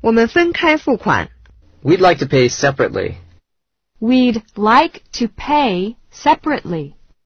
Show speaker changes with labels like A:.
A: 我们分开付款。
B: We'd like to pay separately.
C: We'd like to pay separately.